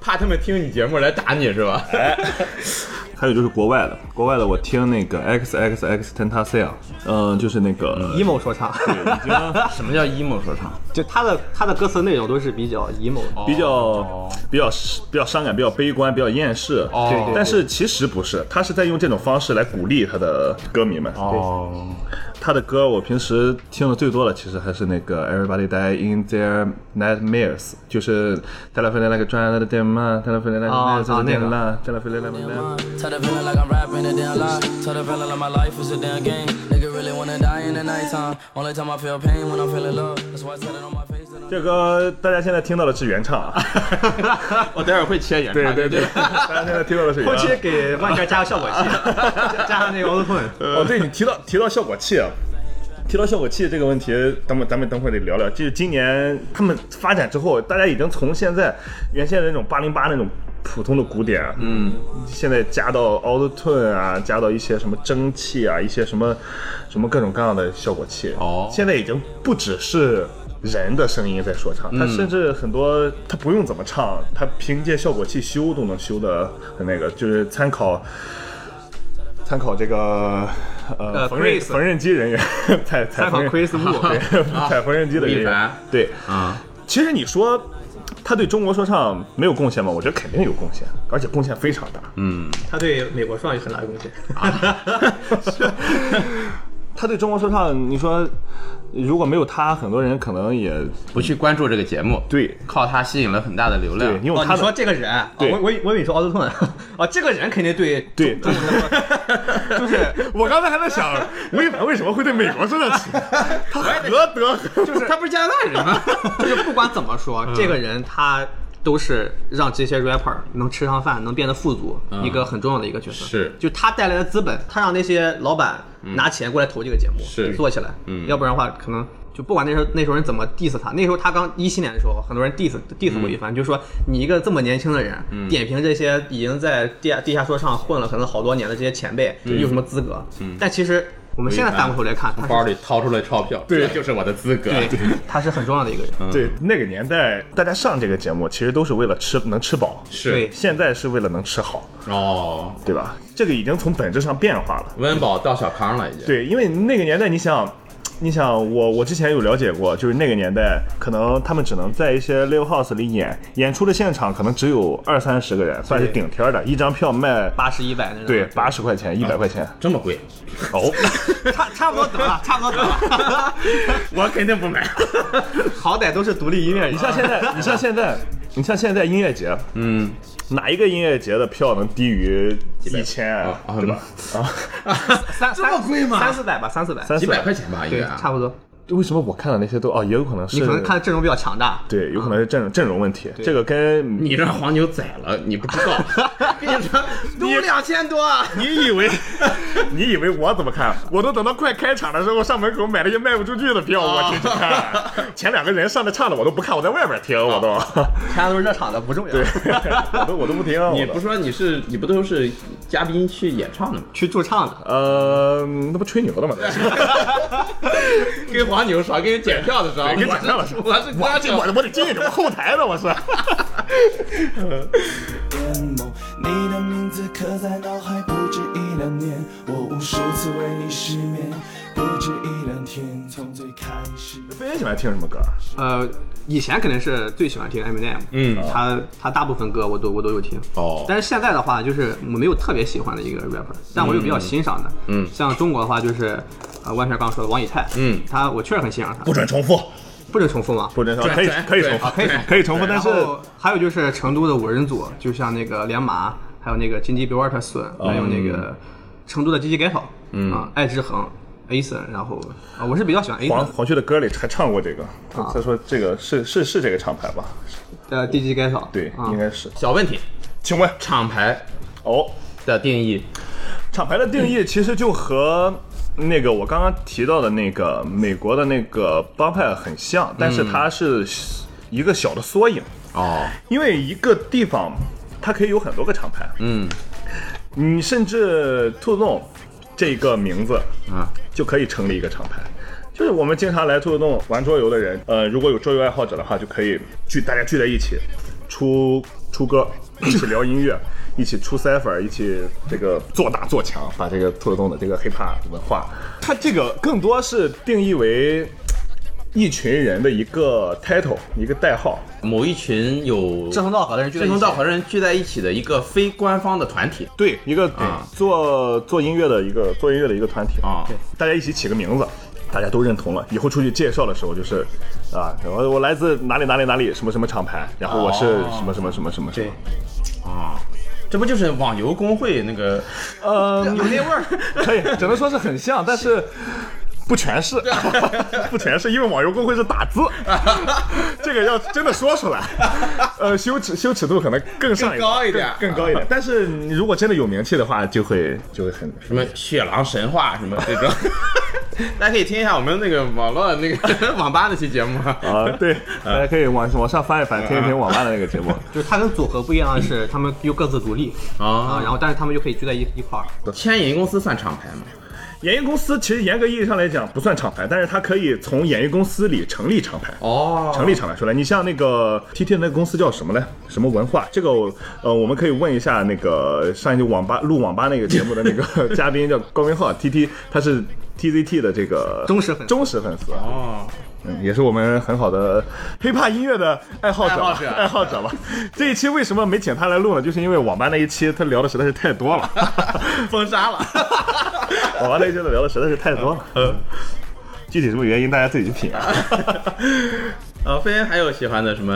Speaker 4: 怕他们听你节目来打你是吧？
Speaker 5: 还有就是国外的，国外的我听那个 X X X Tentacion，嗯、就是那个
Speaker 6: emo 说唱，
Speaker 4: 什么叫 emo 说唱？
Speaker 6: 就他的他的歌词内容都是比较 emo
Speaker 4: 哦
Speaker 6: 的，
Speaker 5: 比较、比较比较伤感、比较悲观、比较厌世。
Speaker 4: 哦对对对
Speaker 5: 但是其实不是，他是在用这种方式来鼓励他的歌迷们。
Speaker 4: 哦，
Speaker 5: 他的歌我平时听的最多的其实还是那个 Everybody Die in Their Nightmares，就是泰勒菲莱那个专栏的电嘛，泰勒菲莱那
Speaker 6: 哦
Speaker 5: 个
Speaker 6: 哦那个
Speaker 5: 啦，泰勒菲莱那个。
Speaker 11: Tell the villain like I'm rapping a damn lie. Tell the villain like my life is a damn game. Nigga really wanna die in the nighttime. Only time I feel pain when I'm feeling love. That's why I said it on my face. and I'm-
Speaker 5: 这歌大家现在听到的是原唱 啊，
Speaker 4: 我待会儿会切演唱，
Speaker 5: 对对对， 大家现在听到
Speaker 4: 啊
Speaker 5: 的是原
Speaker 6: 后
Speaker 5: 唱。
Speaker 6: 期给万哥加个 效果器，加加上那个 auto tune，
Speaker 5: 哦，对你提到提到效果器啊，提到效果器这个问题，咱们咱们等会儿得聊聊。就是今年他们发展之后，大家已经从现在原先的那种八零八那种普通的古典，嗯，现在加到 Auto Tune 啊，加到一些什么蒸汽啊，一些什么什么各种各样的效果器。
Speaker 4: 哦
Speaker 5: 现在已经不只是。人的声音在说唱，他甚至很多他不用怎么唱，他凭借效果器修都能修的很那个，就是参考参考这个呃
Speaker 6: 呃
Speaker 5: 缝纫
Speaker 6: Chris
Speaker 5: 缝纫机人员， 采采
Speaker 6: 采
Speaker 5: 缝
Speaker 6: 访
Speaker 5: 纫
Speaker 6: Chris Wu， 啊
Speaker 5: 对采缝纫机的人
Speaker 4: 吴亦
Speaker 5: 员
Speaker 4: 凡，
Speaker 5: 对
Speaker 4: 啊，
Speaker 5: 其实你说他对中国说唱没有贡献吗？我觉得肯定有贡献，而且贡献非常大。
Speaker 6: 嗯他对美国说唱有很大的贡献。
Speaker 4: 啊
Speaker 5: 他对中国说唱，你说如果没有他，很多人可能也
Speaker 4: 不去关注这个节目，
Speaker 5: 对
Speaker 4: 靠它吸引了很大的流
Speaker 5: 对
Speaker 4: 量，，
Speaker 5: 因为
Speaker 6: 哦，
Speaker 5: 他
Speaker 6: 你
Speaker 5: 的、
Speaker 6: 说这个人啊，
Speaker 5: 对
Speaker 6: 我我以我以为你说 auto tune，哦，这个人肯定对
Speaker 5: 对，
Speaker 6: 就是
Speaker 5: 我刚才还在想，吴亦凡为什么会对美国说唱 起？他何德何
Speaker 4: 嗯
Speaker 6: 就是他不是加拿大人吗？就是不管怎么说，这个人他都是让这些 rapper 能吃上饭，能变得富足，
Speaker 4: 嗯
Speaker 6: 一个很重要的一个角色。
Speaker 4: 是嗯
Speaker 6: 就他带来的资本，他让那些老板拿钱过来投这个节目，
Speaker 4: 是
Speaker 6: 做起来。
Speaker 4: 嗯
Speaker 6: 要不然的话，可能就不管那时候那时候人怎么 diss 他，那时候他刚一七年的时候，很多人 diss diss 过一番，就说你一个这么年轻的人，
Speaker 4: 嗯
Speaker 6: 点评这些已经在地下地下说唱混了可能好多年的这些前辈，
Speaker 4: 嗯
Speaker 6: 你有什么资格？
Speaker 4: 嗯
Speaker 6: 但其实我们现在翻过头来看，他
Speaker 4: 从
Speaker 6: 是
Speaker 4: 包里掏出来钞票，
Speaker 5: 对
Speaker 4: 这就是我的资格。
Speaker 6: 对，他是很重要的一个人。
Speaker 5: 对，那个年代大家上这个节目其实都是为了吃能吃饱，
Speaker 4: 是对
Speaker 5: 现在是为了能吃好，
Speaker 4: 哦，
Speaker 5: 对吧？这个已经从本质上变化了。
Speaker 4: 温饱到小康了已经。
Speaker 5: 对，因为那个年代，你想，你想我我之前有了解过，就是那个年代，可能他们只能在一些 live house 里演，演出的现场可能只有二三十个人，算是顶天儿的，一张票卖
Speaker 6: 八十一百那种。
Speaker 5: 对，八十块
Speaker 6: 啊
Speaker 5: 钱，一百块钱，
Speaker 4: 这么贵？
Speaker 5: 哦，
Speaker 6: 差差不多得 了，差不多得了。
Speaker 4: 我肯定不买。
Speaker 6: 好歹都是独立音乐啊 人，
Speaker 5: 你像现在，你像现在，你像现在音乐节，
Speaker 4: 嗯，
Speaker 5: 哪一个音乐节的票能低于一千
Speaker 6: 哦
Speaker 4: 哦
Speaker 5: 啊？ 对吧？啊，
Speaker 6: 三这么贵吗？三四百吧，三四百，
Speaker 5: 三四百
Speaker 6: 对，
Speaker 4: 啊
Speaker 6: 啊差不多。
Speaker 5: 为什么我看的那些都哦，也有可能是
Speaker 6: 你可能看的阵容比较强大，
Speaker 5: 对，有可能是阵容阵容问题，
Speaker 6: 对
Speaker 5: 这个跟
Speaker 4: 你让黄牛宰了，你不知 道。
Speaker 6: 都两千多啊，
Speaker 5: 你以为你以为我怎么看？我都等到快开场的时候，上门口买了一卖不出去的票，我去去看。前两个人上的唱的我都不看，我在外边听，我都
Speaker 6: 看都是热场的，不重要。
Speaker 5: 我都我都不听。
Speaker 4: 你不说你是你不都是嘉宾去演唱的吗？
Speaker 6: 去驻唱的，
Speaker 5: 呃，那不吹牛的吗？
Speaker 4: 跟黄牛少，跟检票的少，
Speaker 5: 对跟检票的少
Speaker 4: 我是
Speaker 5: 我
Speaker 4: 歌
Speaker 5: 这我
Speaker 4: 手。
Speaker 5: 我得进去，我后台的我是。
Speaker 12: 眼眸，你的名字刻在脑海不止一两年，我无数次为你失眠，不止一两天，从最开始。
Speaker 5: 飞姐喜欢听什么歌？
Speaker 6: 呃，以前肯定是最喜欢听 Eminem，
Speaker 4: 嗯
Speaker 6: 他他大部分歌我都我都有听，
Speaker 4: 哦
Speaker 6: 但是现在的话，就是我没有特别喜欢的一个 rapper，但我有比较欣赏的，
Speaker 4: 嗯
Speaker 6: 像中国的话就是，呃，万全刚说的王以太，
Speaker 4: 嗯
Speaker 6: 他我确实很欣赏他，
Speaker 5: 不准重复，
Speaker 6: 不准重复吗？
Speaker 5: 不准重复，
Speaker 4: 对
Speaker 5: 可以
Speaker 4: 对
Speaker 5: 可以重复
Speaker 4: 对，
Speaker 6: 可以重复
Speaker 5: 可以重复，
Speaker 6: 然
Speaker 5: 但是
Speaker 6: 后还有就是成都的五人组，就像那个两马，还有那个金鸡 b i l l t e r s 还有那个成都的积极改好，
Speaker 4: 嗯
Speaker 6: 啊，爱之恒 Ason，然后啊，我是比较喜欢 Ason
Speaker 5: 黄
Speaker 6: 的。
Speaker 5: 黄旭的歌里还唱过这个，他
Speaker 6: 啊
Speaker 5: 他说这个是是是这个厂牌吧？
Speaker 6: 呃，地基改草，
Speaker 5: 对，
Speaker 6: 啊
Speaker 5: 应该是。
Speaker 4: 小问题，
Speaker 5: 请问
Speaker 4: 厂牌
Speaker 5: 哦，
Speaker 4: 的定义，
Speaker 5: 厂牌的定义其实就和那个我刚刚提到的那个美国的那个帮派很像，但是它是一个小的缩影，
Speaker 4: 哦，
Speaker 5: 因为一个地方它可以有很多个厂牌，
Speaker 4: 嗯
Speaker 5: 你甚至兔子洞这个名字
Speaker 4: 啊，
Speaker 5: 就可以成立一个厂牌。就是我们经常来兔子洞玩桌游的人，呃，如果有桌游爱好者的话，就可以聚大家聚在一起，出出歌，一 起聊音乐，一起出 cipher，一起这个做大做强，把这个兔子洞的这个 hiphop 文化，它这个更多是定义为一群人的一个 title，一个代号。
Speaker 4: 某一群有
Speaker 6: 志同道合的人聚在
Speaker 4: 志
Speaker 6: 一
Speaker 4: 同
Speaker 6: 起
Speaker 4: 道合的人聚在一起的一个非官方的团体。
Speaker 5: 对，一个、
Speaker 4: 啊
Speaker 5: 做做音乐的一个做音乐的一个团体
Speaker 4: 啊对，
Speaker 5: 大家一起起个名字，大家都认同了，以后出去介绍的时候就是，啊，我我来自哪里哪里哪里什么什么厂牌，然后我是
Speaker 4: 哦
Speaker 5: 什么什么什么什么什么，
Speaker 4: 啊，这不就是网游工会那个
Speaker 5: 呃，
Speaker 4: 有那味儿？
Speaker 5: 可以，只能说是很像，但是。不全 是，不全是，因为网游公会是打字，这个要真的说出来，呃，羞耻羞耻度可能更上一
Speaker 4: 更高一点啊
Speaker 5: 更更高一点。但是你如果真的有名气的话，就会就会很
Speaker 4: 什么雪狼神话什么这种。大家可以听一下我们那个网络那个 网吧那期节目
Speaker 5: 啊， 对，大家可以往往上翻一翻，听一听网吧的那个节目。
Speaker 6: 就是他跟组合不一样的是，他们又各自独立啊，
Speaker 4: 啊。
Speaker 6: 然后但是他们又可以聚在一一块儿。
Speaker 4: 千影公司算厂牌吗？
Speaker 5: 演艺公司其实严格意义上来讲不算厂牌，但是它可以从演艺公司里成立厂牌。
Speaker 4: 哦
Speaker 5: 成立厂牌出来，你像那个 T T 那个公司叫什么嘞？什么文化？这个我呃，我们可以问一下那个上一期网吧录网吧那个节目的那个 嘉宾叫高明浩，T T 他是 T Z T 的这个
Speaker 6: 忠实粉丝
Speaker 5: 忠实粉丝，
Speaker 4: 哦，
Speaker 5: 嗯，也是我们很好的 hiphop 音乐的爱好者吧，
Speaker 4: 爱好者
Speaker 5: 爱好者吧。这一期为什么没请他来录呢？就是因为网吧那一期他聊的实在是太多 了，
Speaker 4: 封杀了。
Speaker 5: 网吧那一期他聊的实在是太多了。具体什么原因，大家自己去品啊。
Speaker 4: 呃，飞人还有喜欢的什么？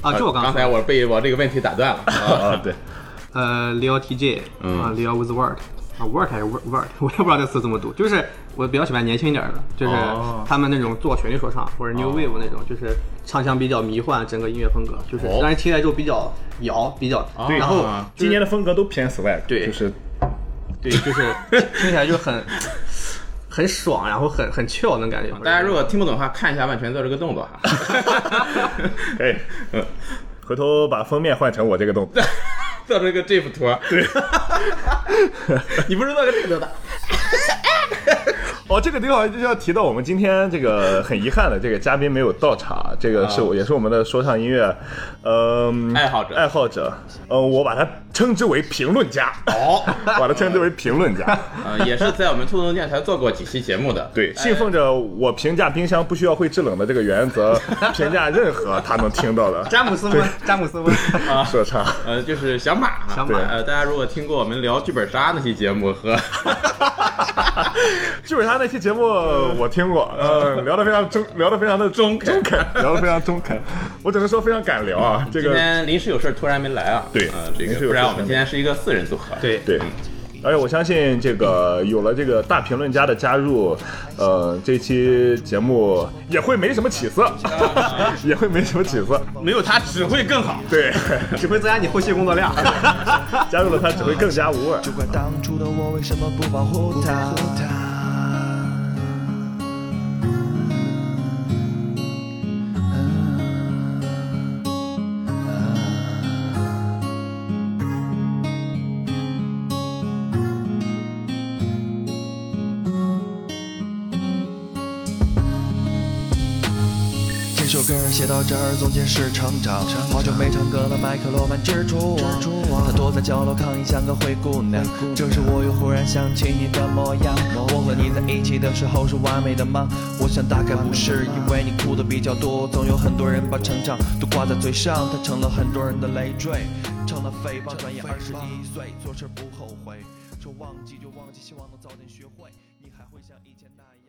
Speaker 6: 啊，这我刚
Speaker 4: 刚才
Speaker 6: 说
Speaker 4: 我被我这个问题打断了。啊
Speaker 5: 啊，对，
Speaker 6: 呃，Lil TJ
Speaker 4: 嗯
Speaker 6: 啊，Lil with Word，啊，word 还是 word，我 也不知道那词怎么读。就是我比较喜欢年轻一点的，就是
Speaker 4: 哦
Speaker 6: 他们那种做旋律说唱或者 new wave 那种，就是唱腔比较迷幻，整个音乐风格就是
Speaker 5: 哦
Speaker 6: 让人听来之后比较摇，比较
Speaker 4: 哦
Speaker 5: 对，
Speaker 6: 然后
Speaker 4: 啊
Speaker 5: 今年的风格都偏 swag，对， 就是
Speaker 6: 对，就是 听起来就很很爽，然后很很 chill 那种感觉。
Speaker 4: 大家如果听不懂的话，看一下万全做这个动作哈。
Speaker 5: 哎，嗯，回头把封面换成我这个动作，
Speaker 4: 做这个 GIF 图，对， 你不是做个这个的，
Speaker 5: 哦，这个地方就要提到我们今天这个很遗憾的这个嘉宾没有到场，这个是我、
Speaker 4: 啊
Speaker 5: 也是我们的说唱音乐，呃，爱好者爱好者，呃，我把它称之为评论 家，
Speaker 4: 哦，
Speaker 5: 把它称之为评论家，
Speaker 4: 呃，也是在我们兔兔电台做过几期节目的，
Speaker 5: 对，信奉着我评价冰箱不需要会制冷的这个原 则，评价任何他能听 到的
Speaker 6: 詹姆斯温，詹姆斯温，
Speaker 4: 啊，
Speaker 5: 说 唱，
Speaker 4: 呃，就是小马，小
Speaker 5: 马
Speaker 4: 呃，大家如果听过我们聊剧本杀那期节目和
Speaker 5: 剧本杀那期节目我听过，呃，聊得非常中，聊得非常的中肯，中肯，聊得非常中肯，我只能说非常敢聊啊，这个
Speaker 4: 今天临时有事儿突然没来啊，
Speaker 5: 对
Speaker 4: 呃，这
Speaker 5: 临时
Speaker 4: 个
Speaker 5: 有
Speaker 4: 不然
Speaker 5: 事儿
Speaker 4: 我们今天是一个四人组合，
Speaker 6: 对
Speaker 5: 对。而且我相信，这个有了这个大评论家的加入，呃，这期节目也会没什么起色， 也会没什么起色。
Speaker 4: 没有他只会更好，
Speaker 5: 对，
Speaker 6: 只会增加你后期工作量。
Speaker 5: 加入了他只会更加无味。
Speaker 12: 就怪当初的我为什么不保护她。这首歌写到这儿，总结是成长。好久没唱歌了，麦克罗曼蜘蛛网，他躲在角落抗议，像个灰姑娘。这时我又忽然想起你的模样，我和你在一起的时候是完美的吗？我想大概不是，因为你哭的比较多，总有很多人把成长都挂在嘴上，它成了很多人的累赘，成了诽谤。转眼二十一岁，做事不后悔，说忘记就忘记，希望能早点学会，你还会像以前那样。